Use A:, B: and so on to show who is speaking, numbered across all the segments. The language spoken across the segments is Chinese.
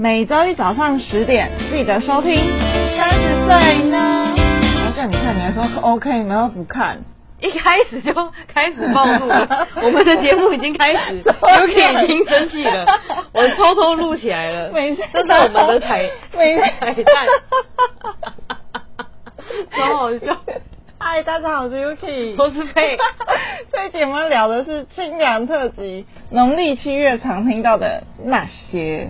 A: 每周一早上十点记得收听。
B: 三十岁呢？
A: 我叫你看，你还说 OK，你们又不看。
B: 一开始就开始暴露 了，我们的节目已经开始，UK 已经生气了，我偷偷录起来 了，
A: 没事
B: 这是我们的 彩
A: 没事
B: 彩 蛋，超好笑，
A: 嗨，大家好，我是 Yuki，
B: 我是佩
A: 这一集我们聊的是清凉特辑，农历七月常听到的那些，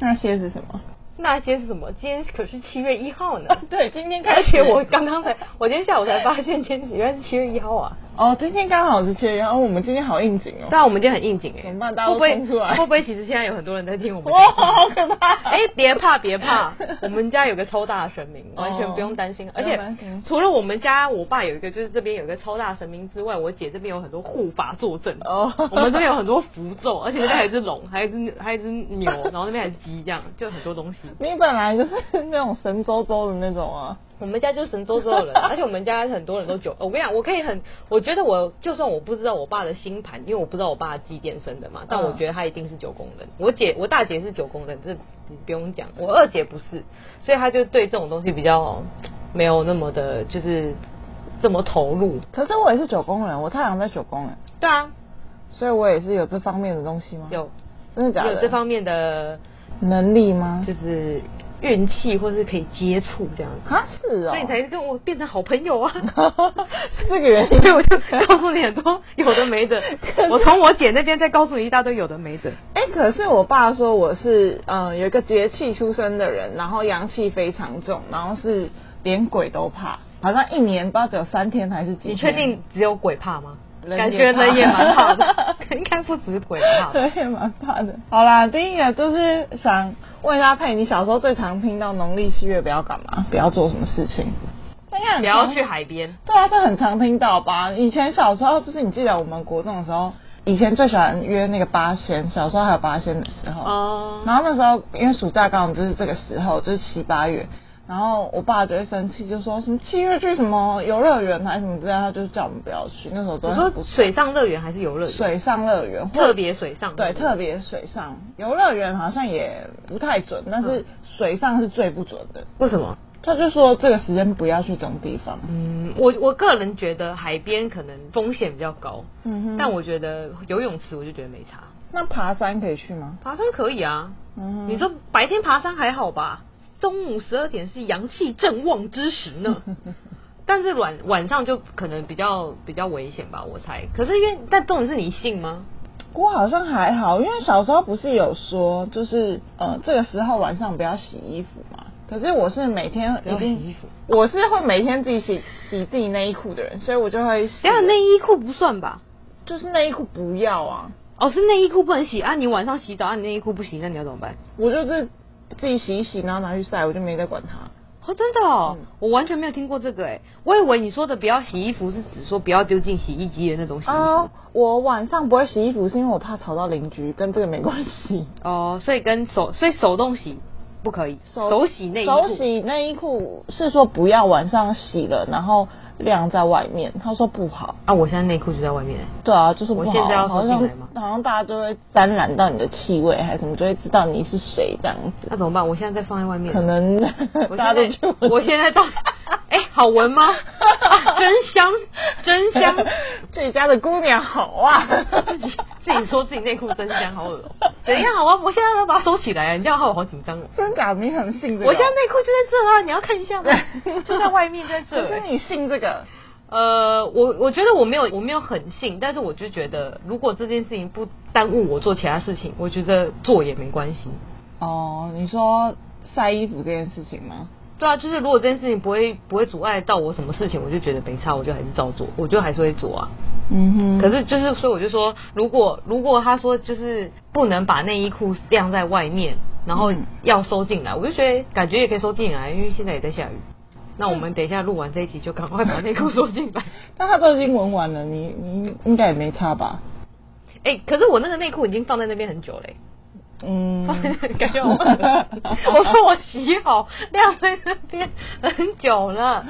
A: 那些是 什么？
B: 那些是什么？今天可是七月一号 呢，
A: 对，今天
B: 而
A: 开始
B: 且我刚刚才，我今天下午才发现，今天原来是七月一号啊！
A: 哦，今天刚好是七月，然后我们今天好应景哦。
B: 但我们今天很应景哎、
A: 怎么办大家
B: 会
A: 都
B: 不会
A: 冲出来
B: 会不会其实现在有很多人在听我们？
A: 哇，好可怕！
B: 哎、别怕 别怕，我们家有个超大的神明，
A: 哦
B: 完全不用担心。
A: 不
B: 而
A: 用
B: 且
A: 担心
B: 除了我们家我爸有一个，就是这边有一个超大神明之外，我姐这边有很多护法坐镇。
A: 哦
B: 哦，我们这边有很多符咒，而且那边还有一只龙，还有一只还有一只牛，然后那边还有鸡，这样就很多东西。
A: 你本来就是 那种神绉绉的那种啊。
B: 我们家就是神州州的人， 而且我们家很多人都九。我跟你讲，我可以很，我觉得我就算我不知道我爸的星盘，因为我不知道我爸几点生的嘛，但
A: 嗯
B: 我觉得他一定是九宫人。我姐，我大姐是九宫人，这不用讲。我二姐不是，所以她就对这种东西比较没有那么的，就是这么投入。
A: 可是我也是九宫人，我太阳在九宫人，
B: 对啊，
A: 所以我也是有这方面的东西吗？
B: 有
A: 真的假的？
B: 有这方面的，
A: 能力吗？
B: 就是运气或是可以接触这样子，
A: 啊， 是哦，
B: 所以你才跟我变成好朋 友啊。
A: 是这个原因
B: 所以。我就告诉你很多有的 没的
A: 可是。
B: 我从我姐那边再告诉你一大堆有的没的。
A: 哎、可是我爸说我是呃有一个节气出生的人，然后阳气非常重，然后是连鬼都怕，好像一年不知道只有三天还是几天。
B: 你确定只有鬼怕吗？
A: 人也
B: 感觉嗯人也
A: 怕
B: 蛮怕 的，应该不止鬼怕。
A: 对，也蛮怕的。好啦，第一个就是想问一下佩，你小时候最常听到农历七月不要干嘛，不要做什么事情？大概很
B: 不要
A: 常
B: 去海边，
A: 对啊，这很常听到吧？以前小时候，就是你记得我们国中的时候，以前最喜欢约那个八仙，小时候还有八仙的时候。
B: 哦
A: 然后那时候因为暑假刚好就是这个时候，就是七八月，然后我爸就会生气，就说什么七月去什么游乐园还是什么之类的，他就叫我们不要去。那时候都
B: 你
A: 很
B: 说
A: 不
B: 水上乐园还是游乐园？
A: 水上乐园或
B: 特别水上
A: 对，特别水上游乐园好像也不太准，但是
B: 嗯
A: 水上是最不准的。
B: 为什么？
A: 他就说这个时间不要去这种地方。
B: 嗯，我我个人觉得海边可能风险比较高，
A: 嗯哼，
B: 但我觉得游泳池我就觉得没差。
A: 那爬山可以去吗？
B: 爬山可以啊，
A: 嗯
B: 你说白天爬山还好吧？中午十二点是阳气正旺之时呢， 但是晚晚上就可能比较比较危险吧，我猜。可是因为但重点是你信吗？
A: 我好像还好，因为小时候不是有说，就是呃这个时候晚上不要洗衣服嘛。可是我是每天
B: 不
A: 一
B: 要洗
A: 定，
B: 衣服
A: 我是会每天自己洗洗自己内衣裤的人，所以我就会洗
B: 只要内衣裤不算吧？
A: 就是内衣裤不要啊，
B: 哦，是内衣裤不能洗啊！你晚上洗澡啊，你内衣裤不洗，那你要怎么办？
A: 我就是自己洗一洗，然后拿去晒，我就没再管它。
B: 哦，真的哦，
A: 嗯
B: 我完全没有听过这个哎，我以为你说的不要洗衣服是指说不要丢进洗衣机的那种洗衣服。
A: 哦，我晚上不会洗衣服，是因为我怕吵到邻居，跟这个没关系。
B: 哦，所以跟手，所以手动洗不可以，手洗内衣裤
A: 手洗内衣裤是说不要晚上洗了，然后晾在外面。他说不好，
B: 啊！我现在内裤就在外面。
A: 对啊，就是不好。
B: 我现在要
A: 好
B: 收
A: 像
B: 进来吗
A: 好像大家就会沾染到你的气味，还是什么，就会知道你是谁这样子。
B: 那怎么办？我现在在放在外面，
A: 可能
B: 我
A: 大家
B: 现
A: 都去
B: 在我现在 到，哎、好闻吗？ 啊真香，真香！
A: 自己家的姑娘好 啊，
B: 自己自己说自己内裤真香，好恶 哦、等一下，好啊，我现在要把它收起来，啊你这样害我好紧张哦。
A: 真假你很信这个哦？
B: 我现在内裤就在这啊，你要看一下吗？ 就在外面，在 这、欸
A: 可是你信这个？
B: 呃，我我觉得我没有我没有很信，但是我就觉得，如果这件事情不耽误我做其他事情，我觉得做也没关系。
A: 哦，你说晒衣服这件事情吗？
B: 对啊，就是如果这件事情不会不会阻碍到我什么事情，我就觉得没差，我就还是照做，我就还是会做啊。
A: 嗯哼
B: 可是就是，所以我就说，如果如果他说就是不能把内衣裤晾在外面，然后
A: 嗯
B: 要收进来，我就觉得感觉也可以收进来，因为现在也在下雨。
A: 嗯
B: 那我们等一下录完这一集就赶快把内裤收 进来。
A: 但他都已经闻完了，你你应该也没差吧？
B: 哎、可是我那个内裤已经放在那边很久嘞、
A: 嗯
B: 感觉我忘了我说我洗好晾在那边很久了，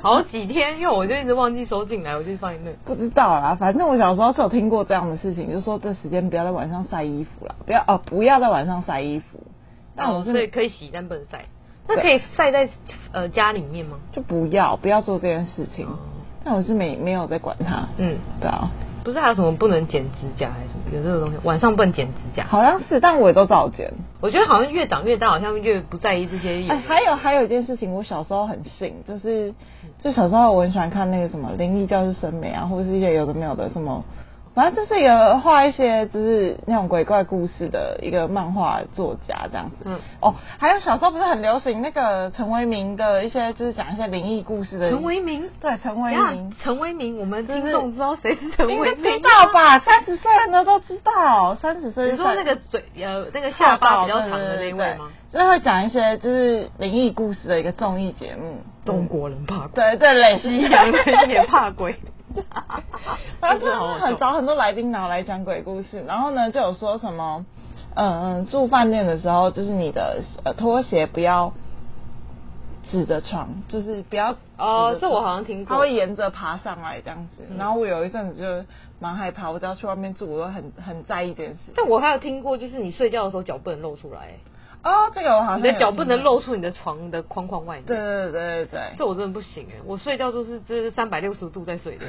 B: 好几天，因为我就一直忘记收进来，我就放在 那。
A: 不知道啦，反正我小时候是有听过这样的事情，就说这时间不要在晚上晒衣服啦，不要哦，不要在晚上晒衣服，但我
B: 哦
A: 是
B: 所以可以洗，但不能晒。那可以晒在呃家里面吗？
A: 就不要不要做这件事情。但我是没没有在管它，
B: 嗯，
A: 对啊，
B: 不是还有什么不能剪指甲还是什么？有这个东西，晚上不能剪指甲。
A: 好像是，但我也都照剪。
B: 我觉得好像越长越大，好像越不在意这些有的
A: 哎，
B: 没的。
A: 还有还有一件事情，我小时候很信，就是就小时候我很喜欢看那个什么灵异教师审美啊，或者是一些有的没有的什么，反正就是有画一些就是那种鬼怪故事的一个漫画作家这样子。
B: 嗯
A: 哦，还有小时候不是很流行那个陈为民的一些，就是讲一些灵异故事的。
B: 陈为民，
A: 对陈为
B: 等
A: 民
B: 一下，陈为民，我们
A: 就是
B: 听众知道谁是陈
A: 应
B: 为
A: 该
B: 民？
A: 知道？吧？三十岁人的都知道，三十岁
B: 你
A: 就
B: 说
A: 算
B: 那个嘴呃那个下巴比较长的那一位吗？？
A: 对对对对就是会讲一些就是灵异故事的一个综艺节目。
B: 中国人怕 鬼，
A: 对对，类似
B: 西洋人也怕鬼。
A: 反正
B: 真的好
A: 就
B: 好
A: 是
B: 笑
A: 很找很多来宾然后来讲鬼故事，然后呢就有说什么，嗯嗯，住饭店的时候就是你的呃拖鞋不要指着床，就是不要
B: 哦
A: 指着
B: 这
A: 床
B: 我好像听过
A: 它会沿着爬上来这样子。
B: 嗯
A: 然后我有一阵子就蛮害怕，我只要去外面住，我都很很在意这件事。
B: 但我还有听过，就是你睡觉的时候脚不能露出来，
A: 哦，这个我好像
B: 你的
A: 有
B: 脚
A: 听
B: 不能
A: 过。
B: 露出你的床的框框外面。
A: 对对对对对。
B: 这我真的不行哎，我睡觉就是这是三百六十度在 睡的。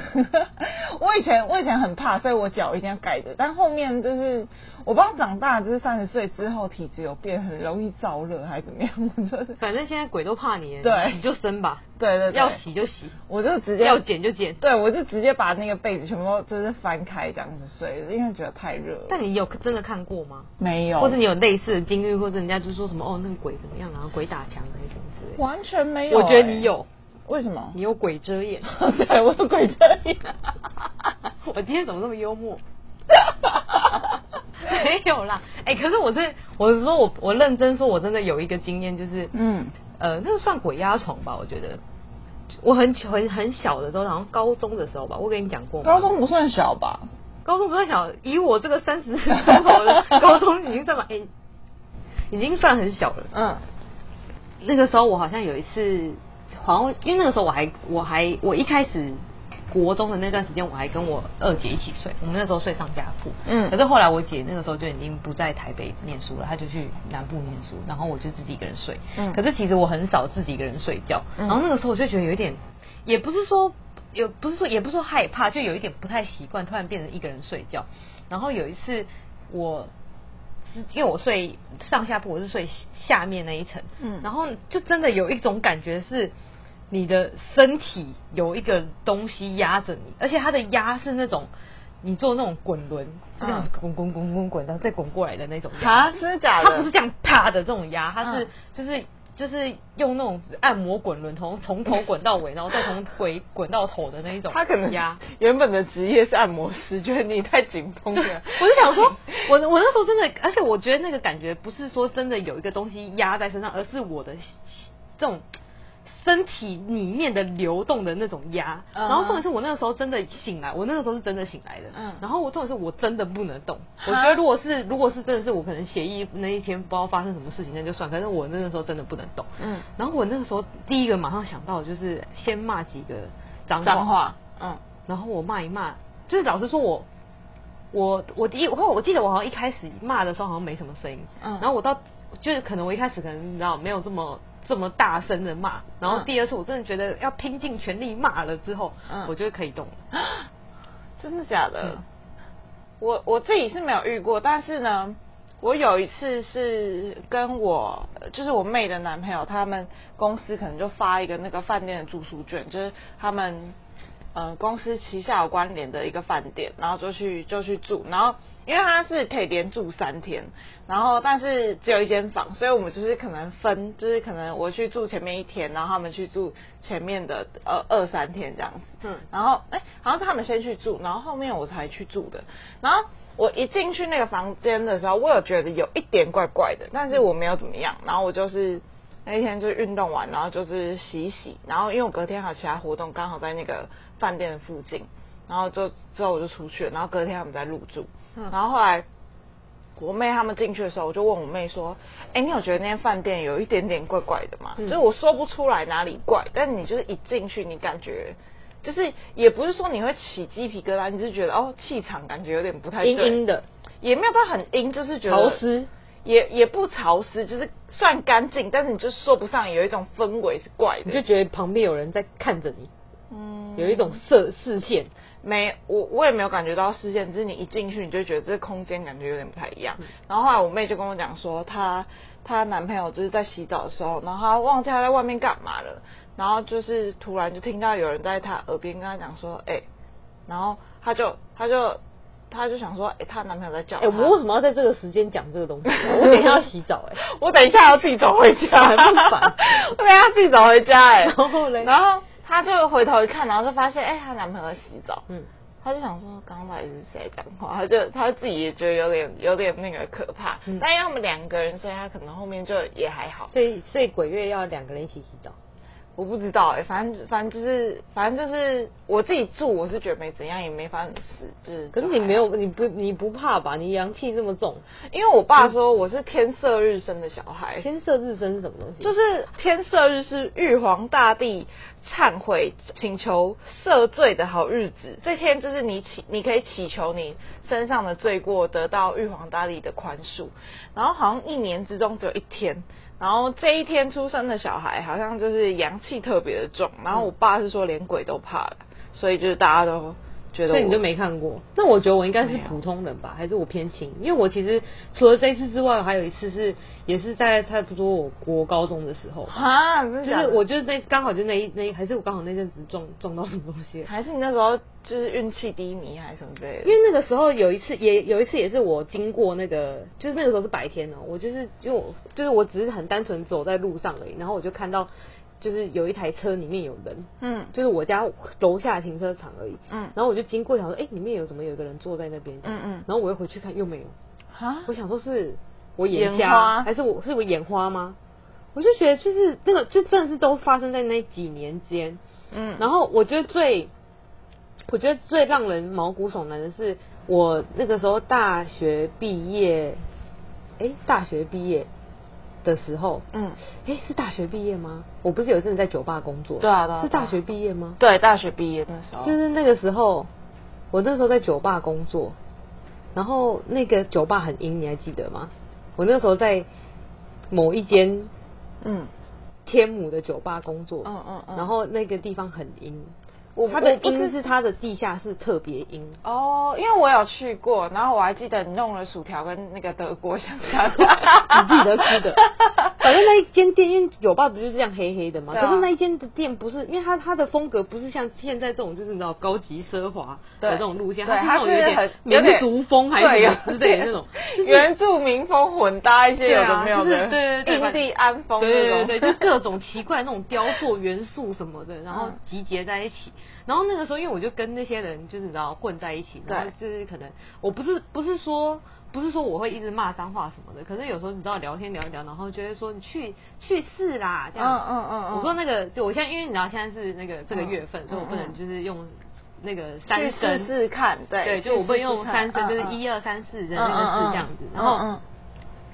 A: 我以前我以前很怕，所以我脚一定要盖着。但后面就是我不知道长大，就是三十岁之后体质有变，很容易燥热还是怎么样， 我就是
B: 反正现在鬼都怕你，欸
A: 对
B: 你就生吧，
A: 对对对，
B: 要洗就洗，
A: 我就直接
B: 要剪就剪。
A: 对我就直接把那个被子全部都就是翻开这样子睡，因为觉得太热了。
B: 但你有真的看过吗？
A: 没有，
B: 或者你有类似的经历，或者人家就说什么哦，那个鬼怎么样啊，鬼打墙还是什么之类的。
A: 完全没有、
B: 我觉得你有，
A: 欸，为什么？
B: 你有鬼遮眼。
A: 对我有鬼遮眼，
B: 我今天怎么这么幽 默？没有啦，哎、可是我是我是说我我认真说，我真的有一个经验，就是
A: 嗯，
B: 呃，那个算鬼压床吧，我觉得。我很很很小的时候，好像高中的时候吧，我跟你讲过吗。
A: 高中不算小吧？
B: 高中不是小，以我这个三十出头 的高中已经算蛮，哎、已经算很小了。
A: 嗯
B: 那个时候我好像有一次，好像因为那个时候我还我还我一开始国中的那段时间，我还跟我二姐一起睡，我们那时候睡上下铺。
A: 嗯
B: 可是后来我姐那个时候就已经不在台北念书了，她就去南部念书，然后我就自己一个人睡。
A: 嗯
B: 可是其实我很少自己一个人睡觉，
A: 嗯
B: 然后那个时候我就觉得有一点，也不是说有不是说也不是说害怕，就有一点不太习惯，突然变成一个人睡觉。然后有一次我。因为我睡上下铺，我是睡下面那一层，
A: 嗯
B: 然后就真的有一种感觉是，你的身体有一个东西压着你，而且它的压是那种你做那种滚轮，
A: 嗯
B: 那种滚滚滚滚滚，然后再滚过来的那种压。
A: 啊，真的假的？
B: 它不是这样啪的这种压，它是
A: 嗯
B: 就是就是用那种按摩滚轮从从头滚到尾，然后再从尾滚到头的那一种。
A: 他可能
B: 压。
A: 原本的职业是按摩师，觉得你太紧绷
B: 对，
A: 了。
B: 我就 想说，我我那时候真的，而且我觉得那个感觉不是说真的有一个东西压在身上，而是我的这种身体里面的流动的那种压。
A: 嗯
B: 然后重点是我那个时候真的醒来，我那个时候是真的醒来的。
A: 嗯
B: 然后我重点是我真的不能动。
A: 哈
B: 我觉得如果是如果是真的是我可能协议那一天不知道发生什么事情，那就算。但是我那个时候真的不能动。
A: 嗯
B: 然后我那个时候第一个马上想到的就是先骂几个脏
A: 脏话，嗯
B: 然后我骂一骂，就是老实说我，我我第一，我我记得我好像一开始骂的时候好像没什么声音，
A: 嗯
B: 然后我到就是可能我一开始可能你知道没有这么这么大声的骂，然后
A: 嗯
B: 第二次我真的觉得要拼尽全力骂了之后，
A: 嗯
B: 我就可以动 了。
A: 真的假的？
B: 嗯
A: 我我自己是没有遇过，但是呢，我有一次是跟我就是我妹的男朋友，他们公司可能就发一个那个饭店的住宿券，就是他们呃公司旗下有关联的一个饭店，然后就去就去住，然后因为他是可以连住三天，然后但是只有一间房，所以我们就是可能分，就是可能我去住前面一天，然后他们去住前面的呃二三天这样子。
B: 嗯
A: 然后哎、好像是他们先去住，然后后面我才去住的。然后我一进去那个房间的时候，我有觉得有一点怪怪的，但是我没有怎么样。然后我就是那一天就运动完，然后就是洗一洗，然后因为我隔天还有其他活动，刚好在那个饭店的附近，然后就之后我就出去了，然后隔天他们再入住，
B: 嗯
A: 然后后来。我妹他们进去的时候，我就问我妹说：“哎、你有觉得那间饭店有一点点怪怪的吗？”
B: 嗯
A: 就是我说不出来哪里怪，但你就是一进去，你感觉就是也不是说你会起鸡皮疙瘩，你是觉得哦气场感觉有点不太对
B: 阴阴的，
A: 也没有到很阴，就是觉得
B: 潮湿，
A: 也也不潮湿，就是算干净，但是你就说不上有一种氛围是怪
B: 你就
A: 的。
B: 觉得旁边有人在看着你，
A: 嗯，
B: 有一种色视线。
A: 没，我我也没有感觉到视线，只是你一进去你就觉得这空间感觉有点不太一
B: 嗯
A: 样。然后后来我妹就跟我讲说，她她男朋友就是在洗澡的时候，然后她忘记她在外面干嘛了，然后就是突然就听到有人在她耳边跟她讲说，哎、然后她就她就她就想说，哎、她男朋友在叫
B: 哎、
A: 她。
B: 我们为什么要在这个时间讲这个 东西啊、我等一下要洗澡哎、
A: 我等一下要自己走回 家，
B: 还不烦
A: 我等一下自己走回家 哎、
B: 然后嘞
A: 然后她就回头一看，然后就发现，哎、她男朋友在洗澡。
B: 嗯，
A: 她就想说，刚刚到底是谁讲话？她就她自己也觉得有点有点那个可怕。
B: 嗯
A: 但因为他们两个人，所以她可能后面就也还好。
B: 所以所以鬼月要两个人一起洗澡。
A: 我不知道哎、反正反正就是反正就是我自己住，我是觉得没怎样，也没发生什么事。就是
B: 可是
A: 就
B: 你
A: 还
B: 没
A: 好，
B: 有，你不你不怕吧？你阳气这么重，
A: 因为我爸说我是天赦日生的小孩，
B: 天色日升是什么东西？
A: 就是天赦日是玉皇大帝忏悔请求赦罪的好日子，这天就是你祈，你可以祈求你身上的罪过得到玉皇大帝的宽恕。然后好像一年之中只有一天，然后这一天出生的小孩好像就是阳气特别的重。然后我爸是说连鬼都怕了，所以就是大家都觉得
B: 所
A: 我
B: 以你就没看过。那我觉得我应该是
A: 没有
B: 普通人吧，还是我偏轻？因为我其实除了这次之外，还有一次是也是在差不多我国高中的时候，
A: 啊，就
B: 就是我就是那刚好就那一那一还是我刚好那阵子撞撞到什么东西了。
A: 还是你那时候就是运气低迷还是什么之类
B: 因
A: 的。
B: 为那个时候有一次也有一次也是我经过那个，就是那个时候是白天哦、我就是因为我就是我只是很单纯走在路上而已，然后我就看到就是有一台车里面有人，
A: 嗯
B: 就是我家楼下的停车场而已，
A: 嗯
B: 然后我就经过，想说，哎、里面有怎么有一个人坐在那边？
A: 嗯嗯
B: 然后我又回去看，又没有。
A: 啊
B: 我想说是我
A: 眼
B: 眼
A: 花
B: 瞎，还是我是我眼花吗？我就觉得就是那个，就真的是都发生在那几年间。
A: 嗯
B: 然后我觉得最，我觉得最让人毛骨悚然的是，我那个时候大学毕业，哎、大学毕业的时候，
A: 嗯。
B: 哎、是大学毕业吗？我不是有一阵子在酒吧工作，
A: 对啊对啊
B: 是
A: 对啊
B: 大学毕业吗？
A: 对，大学毕业那时候，
B: 就是那个时候，我那时候在酒吧工作，然后那个酒吧很阴，你还记得吗？我那时候在某一间
A: 嗯，
B: 天母的酒吧工作，
A: 嗯嗯嗯
B: 然后那个地方很阴，
A: 我
B: 它的
A: 我哦不知
B: 阴是它的地下室特别 阴，
A: 哦，因为我有去过，然后我还记得你弄了薯条跟那个德国香肠，
B: 你 记得吃的。反正那一间店，因为酒吧不就是这样黑黑的嘛？
A: 对啊
B: 可是那一间的店不是，因为它它的风格不是像现在这种，就是你知道高级奢华
A: 对
B: 的这种路线，
A: 对
B: 它是那种
A: 它是
B: 有
A: 很
B: 点民族风还是
A: 有点
B: 什么之类的那种，就 是
A: 原住民风混搭一些有的没有
B: 对啊
A: 的，
B: 就是对对对
A: 印第安风
B: 对
A: 那种，
B: 对对，就各 种奇怪那种雕塑元素什么的，然后
A: 嗯
B: 集结在一起。然后那个时候，因为我就跟那些人就是你知道混在一起，
A: 对
B: 然后就是可能我不是不是说不是说我会一直骂脏话什么的，可是有时候你知道聊天聊一聊，然后就会说你去去世啦这样。
A: 嗯嗯嗯嗯
B: 我说那个，就我现在因为你知道现在是那个这个月份，
A: 嗯
B: 所以我不
A: 嗯
B: 能
A: 嗯
B: 就是用那个三
A: 去
B: 声
A: 试试看，对对，
B: 对，就我不能用
A: 去试
B: 三
A: 试看
B: 声，就是
A: 嗯嗯
B: 一二三四的
A: 嗯
B: 那个
A: 嗯
B: 字
A: 嗯
B: 这样子，
A: 嗯
B: 然后。
A: 嗯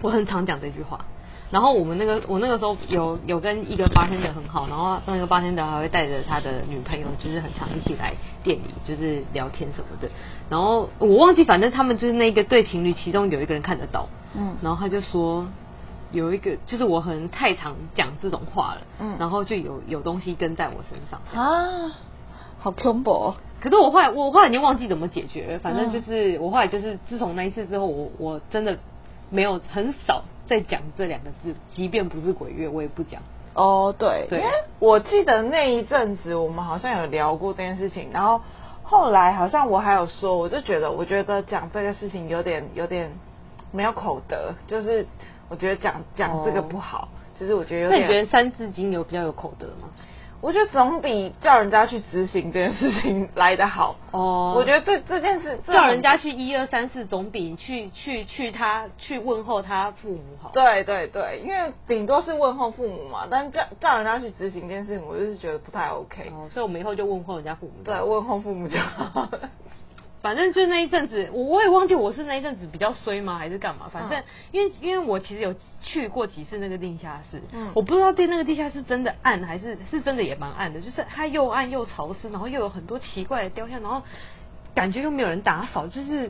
B: 我很常讲这句话。然后我们那个我那个时候有有跟一个八天的很好，然后那个八天的还会带着他的女朋友，就是很常一起来店里就是聊天什么的。然后我忘记，反正他们就是那个对情侣，其中有一个人看得到，
A: 嗯
B: 然后他就说有一个就是我很太常讲这种话了，
A: 嗯
B: 然后就有有东西跟在我身上。
A: 啊，好恐怖哦，
B: 可是我后来我后来已经忘记怎么解决了，反正
A: 嗯
B: 就是、我后来就是自从那一次之后，我我真的没有很少再讲这两个字，即便不是鬼月，我也不讲。
A: 哦，对，
B: 对
A: 因为我记得那一阵子我们好像有聊过这件事情，然后后来好像我还有说，我就觉得我觉得讲这个事情有点有点没有口德，就是我觉得讲讲这个不好，就是我觉得有
B: 哦那你
A: 点，
B: 觉得《三字经》有比较有口德吗？
A: 我觉得总比叫人家去执行这件事情来得好。
B: 哦
A: 我觉
B: 得
A: 得这这件事这
B: 叫
A: 很
B: 人家去一二三四，总比你去去去他去问候他父母好。
A: 对对对，因为顶多是问候父母嘛，但叫叫人家去执行这件事情，我就是觉得不太 OK。
B: 哦，所以我们以后就问候人家父母。
A: 对，问候父母就好了。
B: 反正就那一阵子，我我也忘记我是那一阵子比较衰吗，还是干嘛？反正、
A: 嗯
B: 因为因为我其实有去过几次那个地下室，
A: 嗯
B: 我不知道对那个地下室真的暗还是是真的也蛮暗的，就是它又暗又潮湿，然后又有很多奇怪的雕像，然后感觉又没有人打扫，就是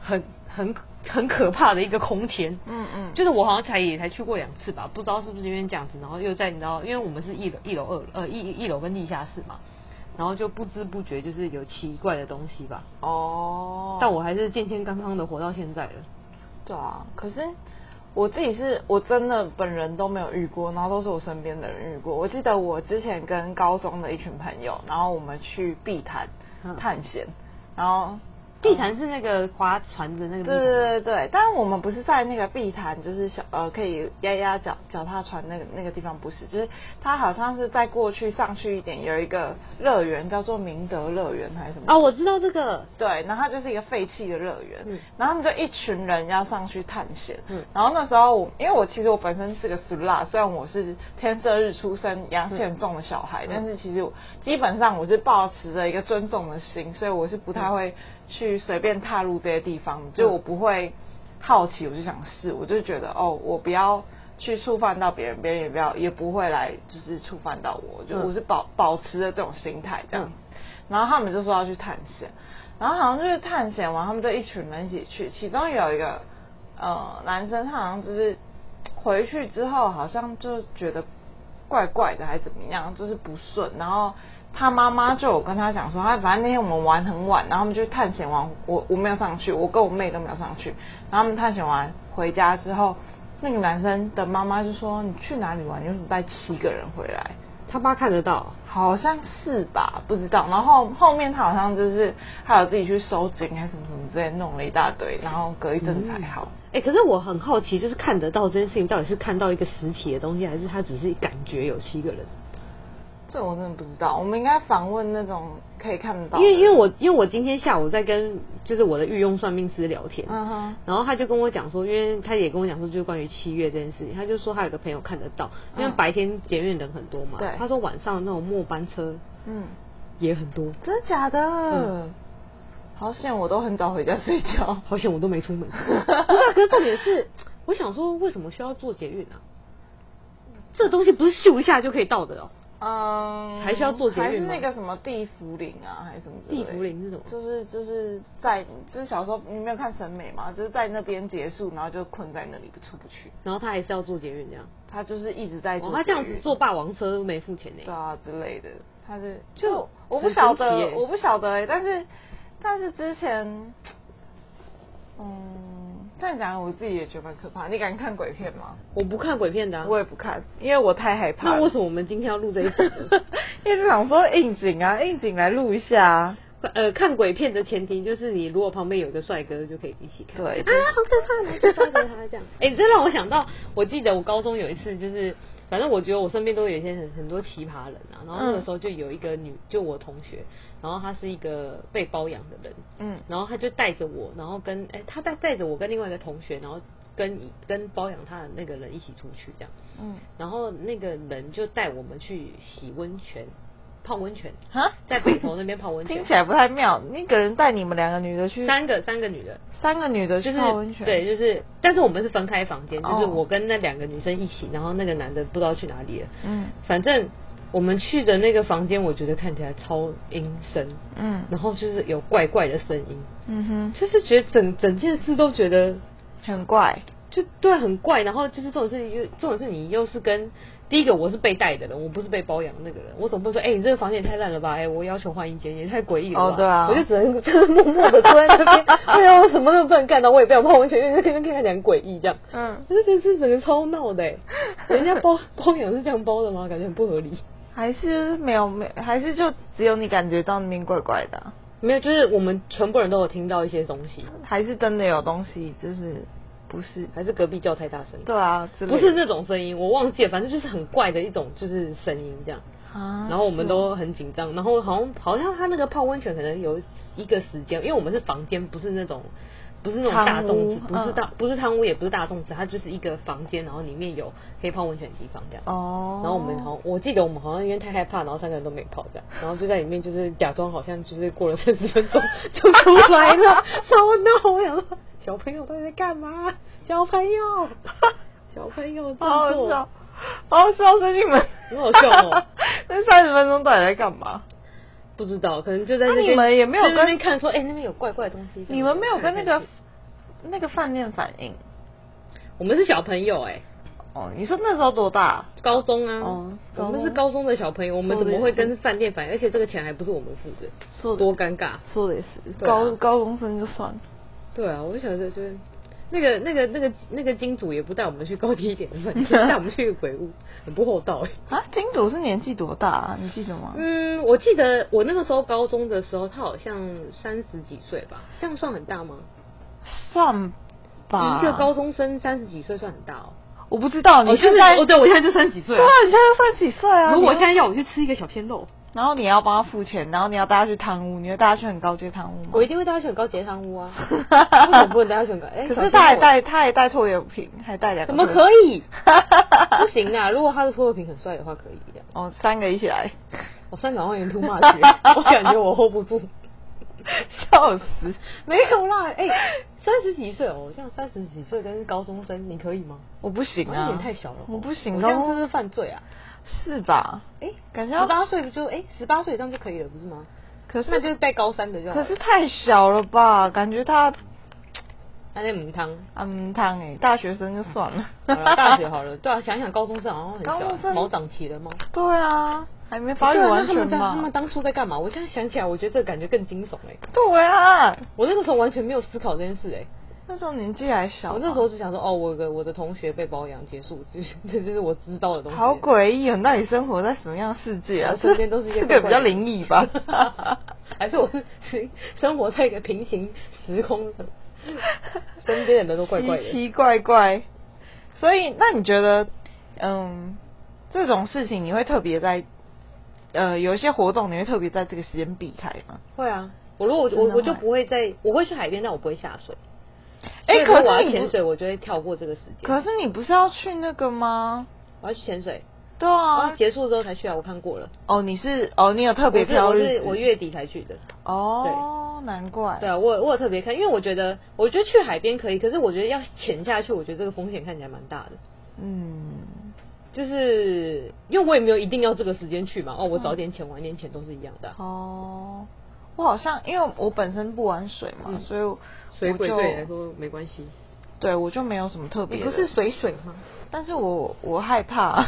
B: 很很很可怕的一个空间。
A: 嗯嗯
B: 就是我好像才也才去过两次吧，不知道是不是因为这样子，然后又在你知道，因为我们是一楼、一楼二呃一一楼跟地下室嘛，然后就不知不觉就是有奇怪的东西吧。
A: 哦，
B: 但我还是健健康康的活到现在了。
A: 对啊，可是我自己是我真的本人都没有遇过，然后都是我身边的人遇过。我记得我之前跟高中的一群朋友，然后我们去碧潭
B: 嗯
A: 探险，然后
B: 地毯是那个划船的那个地
A: 对
B: 毯吗
A: 对对对，但我们不是在那个碧潭，就是小呃可以压压脚脚踏船那个那个地方，不是，就是它好像是再过去上去一点有一个乐园叫做明德乐园还是什么
B: 哦，我知道这个，
A: 对，然后它就是一个废弃的乐园，
B: 嗯
A: 然后他们就一群人要上去探险，
B: 嗯
A: 然后那时候我因为我其实我本身是个俗辣，虽然我是天色日出生阳气很重的小孩，
B: 嗯
A: 但是其实我基本上我是抱持着一个尊重的心，所以我是不
B: 嗯
A: 太会去随便踏入这些地方，就我不会好奇，我就想试，我就觉得哦，我不要。去触犯到别人，别人也不要，也不会来，就是触犯到我。就
B: 嗯
A: 我是保保持着这种心态这样
B: 嗯
A: 然后他们就说要去探险，然后好像就是探险完，他们就一群人一起去，其中有一个呃男生，他好像就是回去之后好像就觉得怪怪的，还怎么样，就是不顺，然后。他妈妈就有跟他讲说，哎他反正那天我们玩很晚，然后他们就探险完，我我没有上去，我跟我妹都没有上去。然后他们探险完回家之后，那个男生的妈妈就说：“你去哪里玩？你为什么带七个人回来？”
B: 他爸看得到，
A: 好像是吧，不知道。然后后面他好像就是还有自己去收紧还是什么什么之类，弄了一大堆，然后隔一阵才好。
B: 哎、可是我很好奇，就是看得到这件事情，到底是看到一个实体的东西，还是他只是感觉有七个人？
A: 这我真的不知道，我们应该访问那种可以看得到
B: 因
A: 的人。
B: 为因为我因为我今天下午在跟就是我的御用算命师聊天，
A: 嗯哼
B: 然后他就跟我讲说，因为他也跟我讲说，就是关于七月这件事情，他就说他有个朋友看得到，因为
A: 嗯
B: 白天捷运人很多嘛，
A: 对
B: 他说晚上那种末班车
A: 嗯，
B: 也很多，
A: 真的假的？
B: 嗯
A: 好险，我都很早回家睡 觉。
B: 好险我都没 出门。不是啊，可是重点是，我想说为什么需要做捷运啊？这东西不是咻一下就可以到的哦。
A: 嗯，
B: 还是要做捷运吗
A: 还是那个什么地福林啊，还是什么之类的？
B: 地福林是什么
A: 就是就是在就是小时候你没有看审美嘛，就是在那边结束，然后就困在那里不出不去。
B: 然后他还是要做捷运这样，
A: 他就是一直在做、
B: 哦，他这样子坐霸王车都没付钱呢。
A: 对啊之类的，他是
B: 就
A: 就我不
B: 很
A: 晓
B: 神奇
A: 得
B: 耶，
A: 我不晓得哎、但是但是之前，嗯，这样讲我自己也觉得蛮可怕。你敢看鬼片吗？
B: 我不看鬼片的、啊，
A: 我也不看，因为我太害怕了。
B: 那为什么我们今天要录这一集呢？
A: 一直想说应景啊，应景来录一下、啊。
B: 呃，看鬼片的前提就是你如果旁边有一个帅哥，就可以一起看。
A: 对
B: 啊，好可怕，来去抓着他这样。 哎、这让我想到，我记得我高中有一次，就是反正我觉得我身边都有一些很很多奇葩人啊。然后那个时候就有一个女，就我同学，然后她是一个被包养的人，
A: 嗯
B: 然后她就带着我，然后跟哎、她带带着我跟另外一个同学，然后跟跟包养她的那个人一起出去这样。
A: 嗯，
B: 然后那个人就带我们去洗温泉，泡温泉
A: 哈
B: 在北投那边泡温泉
A: 听起。来不太妙。那个人带你们两个女的去，
B: 三个三个女的，
A: 三个女的
B: 就
A: 去
B: 是
A: 泡温泉，
B: 对，就是，但是我们是分开房间，就是
A: 哦
B: 我跟那两个女生一起，然后那个男的不知道去哪里了。
A: 嗯
B: 反正我们去的那个房间，我觉得看起来超阴森，
A: 嗯
B: 然后就是有怪怪的声音，
A: 嗯哼，
B: 就是觉得整整件事都觉得
A: 很怪。
B: 就对很怪。然后就是这种事情，就这种事你又是跟第一个我是被带的人，我不是被包养的那个人，我总不能说哎、你这个房间也太烂了吧，哎、我要求换一间也太诡异了吧，
A: 哦对啊
B: 我就只能就是默默的坐在那边， 哎呀，我什么都不能干，然后我也不想泡温泉，因为这个看起来很诡异这样。
A: 嗯
B: 我就觉得这整个超闹 的欸，人家包包养是这样包的吗？感觉很不合理。
A: 还是没有没，还是就只有你感觉到那边怪怪的啊、
B: 没有，就是我们全部人都有听到一些东西，
A: 还是真的有东西，就是不是？
B: 还是隔壁叫太大声，
A: 对啊，之类
B: 不是
A: 的
B: 那种声音，我忘记了，反正就是很怪的一种就是声音这样。
A: 啊
B: 然后我们
A: 是哦
B: 都很紧张，然后好像好像他那个泡温泉可能有一个时间，因为我们是房间，不是那种不是那种
A: 汤
B: 大众
A: 屋
B: 池，不是
A: 嗯
B: 大、不是汤屋，也不是大众池，它就是一个房间，然后里面有可以泡温泉的地方这样。
A: 哦，
B: 然后我们好像，我记得我们好像因为太害怕，然后三个人都没泡这样，然后就在里面就是假装好像就是过了三十分钟 就出来了，超闹！我想说小朋友到底在干嘛？ 小朋友， 小朋友振
A: 好好
B: 作
A: 笑，好好笑，所以你们
B: 很好笑哦。
A: 那三十分钟到底在干嘛？
B: 不知道，可能就在
A: 那
B: 那边
A: 你们也没有
B: 在那边
A: 跟
B: 看说，哎、那边有怪怪的东西。
A: 你们没有跟那个那个饭店反应。
B: 我们是小朋友哎、
A: 哦，你说那时候多大？
B: 高中啊，
A: 哦
B: 我
A: 高
B: 们
A: 中
B: 是高中的小朋友，我们
A: 说得
B: 怎么
A: 也
B: 会
A: 是
B: 跟饭店反映？而且这个钱还不是我们付的，
A: 说得
B: 多尴尬。
A: 说的也是，
B: 对啊
A: 高高中生就算了。
B: 对啊，我就想着就是那个那个那个那个金主也不带我们去高级一点的 饭店，带我们去鬼屋，很不厚道哎、
A: 啊，金主是年纪多大啊？你记得吗？
B: 嗯，我记得我那个时候高中的时候，他好像三十几岁吧，这样算很大吗？
A: 算吧，
B: 一个高，中生三十几岁算很大哦。
A: 我不知道。你现在、
B: 哦，对，我现在就三十几岁
A: 对啊，你现在算几岁啊？
B: 如果
A: 你
B: 现在要我去吃一个小鲜肉，
A: 然后你要帮他付钱，然后你要带他去贪污，你会带他去很高阶贪污吗？
B: 我一定会带他选高节 汤屋啊。为什么不能带他选高？哎，
A: 可
B: 小
A: 是
B: 鲜
A: 他还
B: 肉
A: 带他还带拖油瓶，还带两个
B: 怎
A: 拖油瓶。
B: 么可以？不行啊！如果他的拖油瓶很帅的话，可以的。
A: 哦，三个一起来，
B: 我三港万元吐骂去，我感觉我 hold 不住。
A: 笑死！
B: 没有啦，哎、三十几岁哦，这样三十几岁跟高中生，你可以吗？
A: 我不行
B: 有
A: 啊，
B: 点太小了哦，
A: 我不行，
B: 我这
A: 高
B: 样是不
A: 中
B: 是犯罪啊？
A: 是吧？
B: 哎、
A: 感觉要
B: 十八岁不就哎，十、八岁这样就可以了，不是吗？
A: 可是
B: 那就是带高三的就好
A: 可
B: 了。
A: 是太小了吧？感觉他
B: 那那母汤，
A: 嗯，汤哎，大学生就算了，
B: 好了 大学好了，对啊，想一想高中生好像很
A: 高中
B: 小，啊
A: 生
B: 毛长齐了吗？
A: 对啊，还没发育
B: 对啊，
A: 完
B: 那他
A: 全
B: 们当
A: 吧
B: 他？们当初在干嘛？我现在想起来，我觉得这个感觉更惊悚哎、
A: 对啊，
B: 我那个时候完全没有思考这件事哎、
A: 那时候年纪还小吧，啊
B: 我那时候只想说，哦，我有个我的同学被包养结束，就是这 就是我知道的东西。
A: 好诡异哦！那你生活在什么样的世界啊？
B: 我身边都是一些
A: 这个
B: 怪怪
A: 比
B: 的
A: 较灵异吧？
B: 还是我是是生活在一个平行时空的，身边的人都怪 怪
A: 奇
B: 的。
A: 奇怪怪。所以，那你觉得，嗯，这种事情你会特别在，呃，有一些活动你会特别在这个时间避开吗？
B: 会啊，我如果
A: 真的
B: 我
A: 会
B: 我就不会在，我会去海边，但我不会下水。
A: 哎、
B: 所以如
A: 可
B: 果我
A: 是
B: 要
A: 你
B: 潜
A: 不
B: 水，我就会跳过这个时间。
A: 可是你不是要去那个吗？
B: 我要去潜水，
A: 对
B: 然
A: 啊
B: 后，结束之后才去啊，我看过了。
A: 哦，你是哦，你有特别
B: 我是
A: 挑
B: 我
A: 日
B: 是
A: 子
B: 我月底才去的。
A: 哦，难怪。
B: 对啊，我我有特别看，因为我觉得我觉得去海边可以，可是我觉得要潜下去，我觉得这个风险看起来蛮大的。
A: 嗯，
B: 就是因为我也没有一定要这个时间去嘛，哦，我
A: 嗯
B: 早点潜晚点潜都是一样的啊、
A: 哦，我好像因为我本身不玩水嘛，
B: 嗯
A: 所以我
B: 水鬼
A: 就
B: 对你来说没关系，
A: 对我就没有什么特别
B: 你
A: 的。
B: 不是水水吗？
A: 但是我我害 怕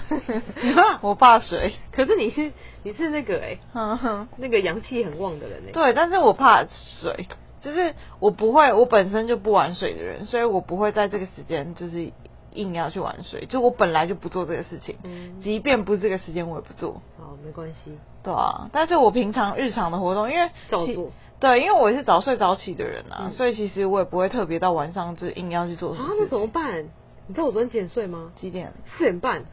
B: 你怕，
A: 我怕 水。
B: 可是你是你是那个哎、
A: 哼哼，
B: 那个阳气很旺的人哎、
A: 对，但是我怕水，就是我不会，我本身就不玩水的人，所以我不会在这个时间就是硬要去玩水，就我本来就不做这个事情，
B: 嗯
A: 即便不是这个时间我也不做。
B: 好没关系，
A: 对啊，但是我平常日常的活动，因为
B: 照
A: 其
B: 做。
A: 对，因为我也是早睡早起的人啊，
B: 嗯
A: 所以其实我也不会特别到晚上就硬要去做什
B: 啊
A: 么，
B: 那
A: 事
B: 怎
A: 情。
B: 么办？你知道我昨天几点睡吗？
A: 几点？
B: 四点半，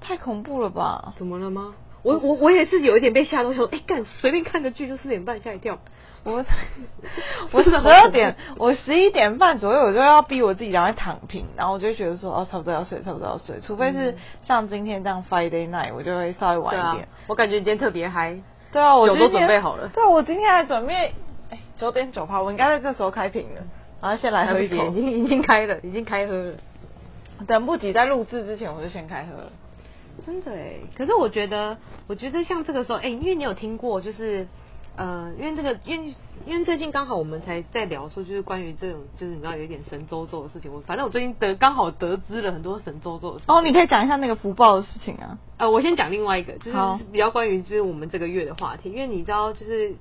A: 太恐怖了 吧！
B: 怎么了吗？我我我也是有一点被吓到，想说哎干随便看个剧就四点半，吓一跳。
A: 我我十二点，我十一点半左右，我就要逼我自己赶快躺平，然后我就会觉得说，哦，差不多要睡，差不多要睡，除非
B: 嗯
A: 是像今天这样 Friday night，我就会稍微晚一点。，
B: 啊我感觉你今天特别嗨。
A: 对啊，我
B: 酒都
A: 今天
B: 准备好了
A: 对，我今天还准备，哎，九点九趴，我应该在这时候开瓶的，然后先来喝一口
B: 已。经已经开了，已经开喝了。
A: 等不及在录制之前，我就先开喝了。
B: 真的哎，可是我觉得，我觉得像这个时候，哎、因为你有听过，就是呃，因为这个，因为因为最近刚好我们才在聊说，就是关于这种，就是你知道有一点神周周的事情。我反正我最近得刚好得知了很多神周周的事情。
A: 哦，你可以讲一下那个福报的事情啊。
B: 呃，我先讲另外一个，就是
A: 好
B: 比较关于就是我们这个月的话题，因为你知道就是。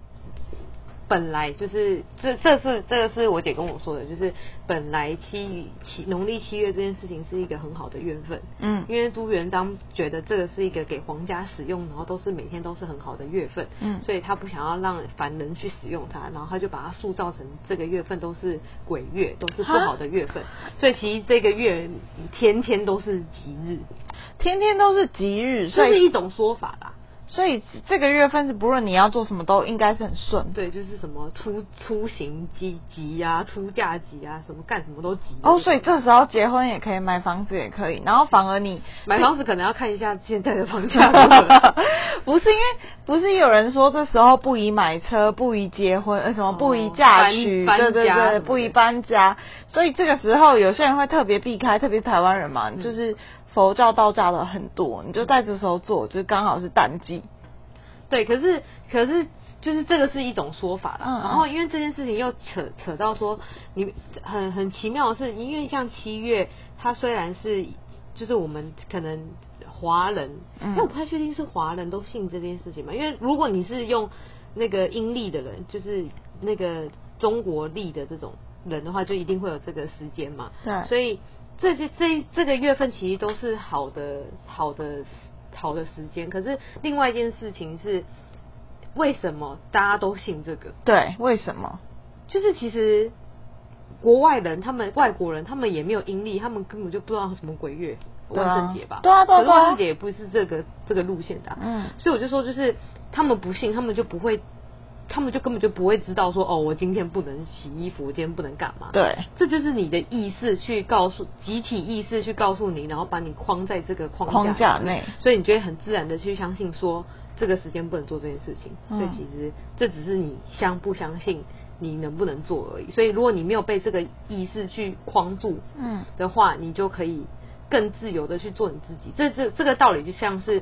B: 本来就是这，这是这个是我姐跟我说的，就是本来七七农历七月这件事情是一个很好的缘分，
A: 嗯
B: 因为朱元璋觉得这个是一个给皇家使用，然后都是每天都是很好的月份，
A: 嗯
B: 所以他不想要让凡人去使用它，然后他就把它塑造成这个月份都是鬼月，都是不好的月份，所以其实这个月天天都是吉日，
A: 天天都是吉日，所
B: 这是
A: 以
B: 一种说法啦。
A: 所以这个月份是不论你要做什么都应该是很顺。
B: 对，就是什么出出行积极啊，出嫁吉啊，什么干什么都急。
A: 哦，所以这时候结婚也可以，买房子也可以，然后反而你
B: 买房子可能要看一下现在的 房价如何。
A: 不是因为不是有人说这时候不宜买车，不宜结婚，呃，什么
B: 哦
A: 不宜嫁娶，
B: 搬
A: 对对
B: 搬家
A: 对，
B: 什么的
A: 不宜搬家，所以这个时候有些人会特别避开，特别是台湾人嘛，
B: 嗯
A: 就是佛教、道教的很多，你就在这时候做，就刚好是淡季。
B: 对，可是可是就是这个是一种说法啦。
A: 嗯嗯
B: 然后因为这件事情又扯扯到说，你很很奇妙的是，因为像七月，它虽然是就是我们可能华人，
A: 嗯
B: 因为我不太确定是华人都信这件事情嘛。因为如果你是用那个阴历的人，就是那个中国历的这种人的话，就一定会有这个时间嘛。
A: 对
B: 所以这些这这个月份其实都是好的好的好的时间。可是另外一件事情是，为什么大家都信这个？
A: 对，为什么？
B: 就是其实国外人他们外国人他们也没有阴历，他们根本就不知道什么鬼月。
A: 对
B: 万
A: 啊
B: 圣节吧，
A: 对啊对啊
B: 可是
A: 对啊
B: 万圣节也不是这个这个路线的啊、
A: 嗯
B: 所以我就说，就是他们不信，他们就不会，他们就根本就不会知道说，哦，我今天不能洗衣服，我今天不能干嘛，
A: 对，
B: 这就是你的意识去告诉集体意识去告诉你，然后把你框在这个框架
A: 框架内
B: 所以你就会很自然的去相信说这个时间不能做这件事情。
A: 嗯
B: 所以其实这只是你相不相信，你能不能做而已。所以如果你没有被这个意识去框住
A: 嗯
B: 的话，你就可以更自由的去做你自己。这这这个道理就像是。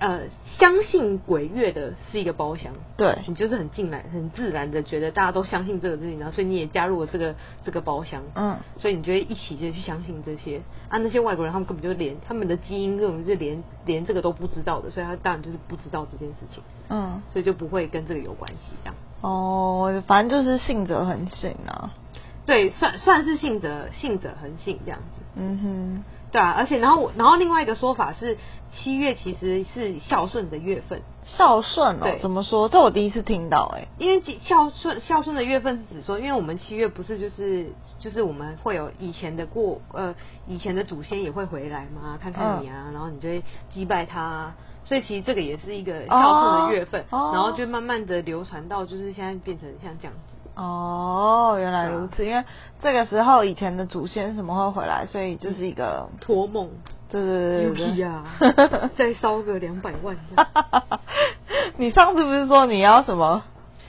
B: 呃，相信鬼月的是一个包厢，
A: 对
B: 你就是很进来，很自然的觉得大家都相信这个事情，然后所以你也加入了这个这个包厢，
A: 嗯，
B: 所以你就会一起就去相信这些啊。那些外国人他们根本就连他们的基因根本就是连连这个都不知道的，所以他当然就是不知道这件事情，
A: 嗯，
B: 所以就不会跟这个有关系这样。
A: 哦，反正就是信者恒信啊。
B: 对，算算是信者信者恒信这样子。
A: 嗯
B: 对啊，而且然后我然后另外一个说法是，七月其实是孝顺的月份，
A: 哼，孝顺哦
B: 对，
A: 怎么说？这我第一次听到、欸，
B: 因为其孝顺孝顺的月份是指说，因为我们七月不是就是就是我们会有以前的过呃以前的祖先也会回来嘛，看看你啊，
A: 嗯
B: 然后你就会祭拜他、啊，所以其实这个也是一个孝顺的月份，
A: 哦哦
B: 然后就慢慢的流传到就是现在变成像这样子，
A: 哦，原
B: 啊
A: 来如此，因为这个时候以前的祖先什么会回来，所以就是一个，
B: 托梦
A: 对
B: 呃
A: 对对对
B: 屁
A: 对。
B: 呀，啊 再烧个两百万这样。
A: 你上次不是说你要什么？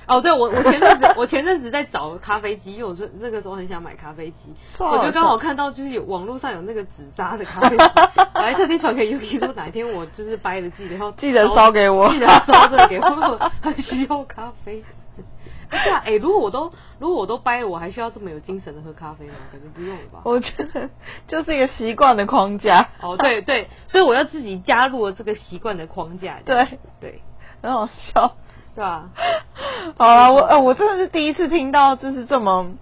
B: 哦，对，我我前阵子我前阵子在找咖啡机，因为我是那个时候很想买咖啡机，
A: 超好笑
B: 我就刚好看到就是有网络上有那个纸扎的咖啡机，我还特别传给 Yuki 说哪一天我就是掰了记得要
A: 记得烧给我
B: 记得烧这个给我，我 很需要咖啡。对啊，哎、如果我都如果我都掰了，我还需要这么有精神的喝咖啡吗？感觉不用了吧。
A: 我觉得就是一个习惯的框架。
B: 哦，对对，所以我要自己加入了这个习惯的框架。这样
A: 对
B: 对，
A: 很好笑。
B: 对吧？
A: 好啊，我呃，我真的是第一次听到，就是这么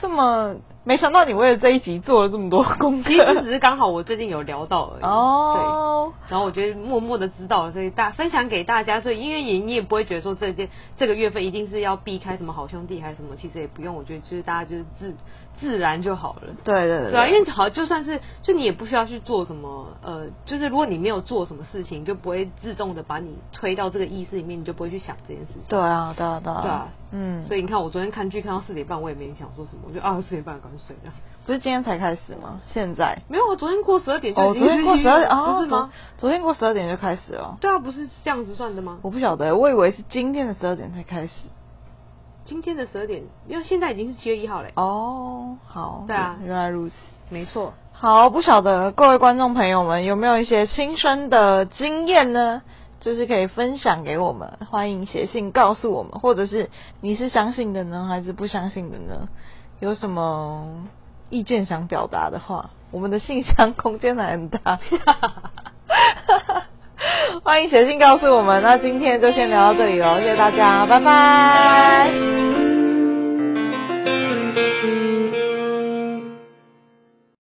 A: 这么，没想到你为了这一集做了这么多功
B: 其实这只
A: 课。
B: 是刚好我最近有聊到而已。对。
A: 哦，
B: 然后我觉得默默的知道了，所以大分享给大家，所以因为也你也不会觉得说这件这个月份一定是要避开什么好兄弟还是什么，其实也不用，我觉得就是大家就是自自然就好了。
A: 对对对
B: 对啊，因为好就算是就你也不需要去做什么，呃，就是如果你没有做什么事情，就不会自动的把你推到这个意识里面，你就不会去想这件事情。
A: 对啊，对啊，对
B: 对啊
A: 啊，嗯，
B: 所以你看我昨天看剧看到四点半，我也没想说什么，我就啊四点半赶紧睡了。
A: 不是今天才开始吗？现在
B: 没有，我昨天过十二点就
A: 哦，
B: 已经
A: 昨天过
B: 去
A: 十二点
B: 了
A: 哦，
B: 不是吗？
A: 昨？昨天过十二点就开始了，
B: 对啊，不是这样子算的吗？
A: 我不晓得，我以为是今天的十二点才开始。
B: 今天的十二点，因为现在已经是七月一号嘞。
A: 哦，好，
B: 对啊
A: 原来如此。
B: 没错，
A: 好，不晓得各位观众朋友们有没有一些亲身的经验呢？就是可以分享给我们，欢迎写信告诉我们，或者是你是相信的呢，还是不相信的呢？有什么意见想表达的话，我们的信箱空间还很大， 哦欢迎写信告诉我们。那今天就先聊到这里喽，谢谢大家，拜拜